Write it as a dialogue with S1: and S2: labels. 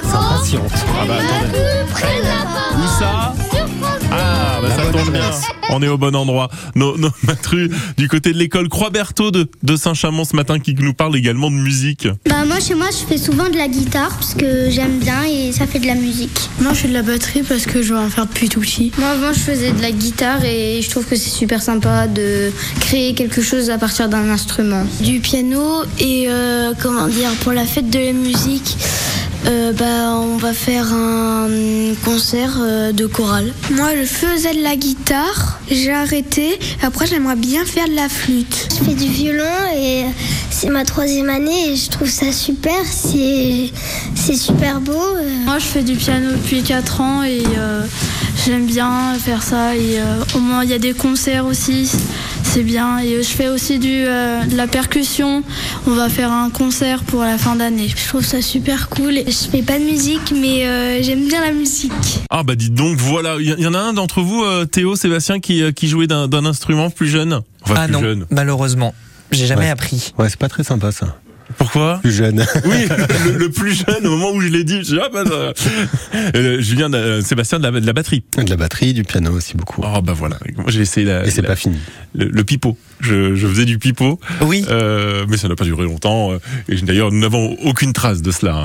S1: différentes.
S2: Ah bah attendez.
S1: Où ça Ah, bah
S2: La
S1: ça
S2: bonne
S1: tombe bien.
S2: adresse.
S1: On est au bon endroit. Nos, nos matrues du côté de l'école Croix-Berthaud de, de Saint-Chamond ce matin qui nous parle également de musique.
S3: Bah moi chez moi je fais souvent de la guitare parce que j'aime bien et ça fait de la musique.
S4: Moi, je fais de la batterie parce que je veux en faire depuis tout petit.
S3: Moi avant je faisais de la guitare et je trouve que c'est super sympa de créer quelque chose à partir d'un instrument.
S4: Du piano et euh, comment dire pour la fête de la musique, euh, bah on va faire un concert euh, de chorale. Moi, je faisais de la guitare, j'ai arrêté. Après, j'aimerais bien faire de la flûte.
S3: Je fais du violon et c'est ma troisième année et je trouve ça super, c'est c'est super beau. euh.
S4: Moi, je fais du piano depuis 4 ans et euh, j'aime bien faire ça. Et euh, au moins, il y a des concerts aussi. C'est bien. Et je fais aussi du, euh, de la percussion. On va faire un concert pour la fin d'année. Je trouve ça super cool. Je fais pas de musique, mais euh, j'aime bien la musique.
S1: Ah bah dites donc, voilà. Il y, il y en a un d'entre vous, euh, Théo, Sébastien, qui, euh, qui jouait d'un d'un instrument plus jeune Enfin,
S5: Ah
S1: plus
S5: non,
S1: jeune.
S5: malheureusement. J'ai jamais
S2: Ouais.
S5: appris.
S2: Ouais, c'est pas très sympa ça.
S1: Pourquoi
S2: Plus jeune.
S1: Oui, le, le plus jeune, au moment où je l'ai dit, je dis, ah bah, ça- Euh, Julien, euh, Sébastien, de la, de la batterie.
S2: De la batterie, du piano aussi beaucoup.
S1: Oh bah voilà, moi j'ai essayé la-
S2: Et c'est
S1: la-
S2: pas fini.
S1: le, le pipeau. Je, je faisais du pipeau,
S5: Oui.
S1: euh, mais ça n'a pas duré longtemps. euh, Et d'ailleurs, nous n'avons aucune trace de cela. hein.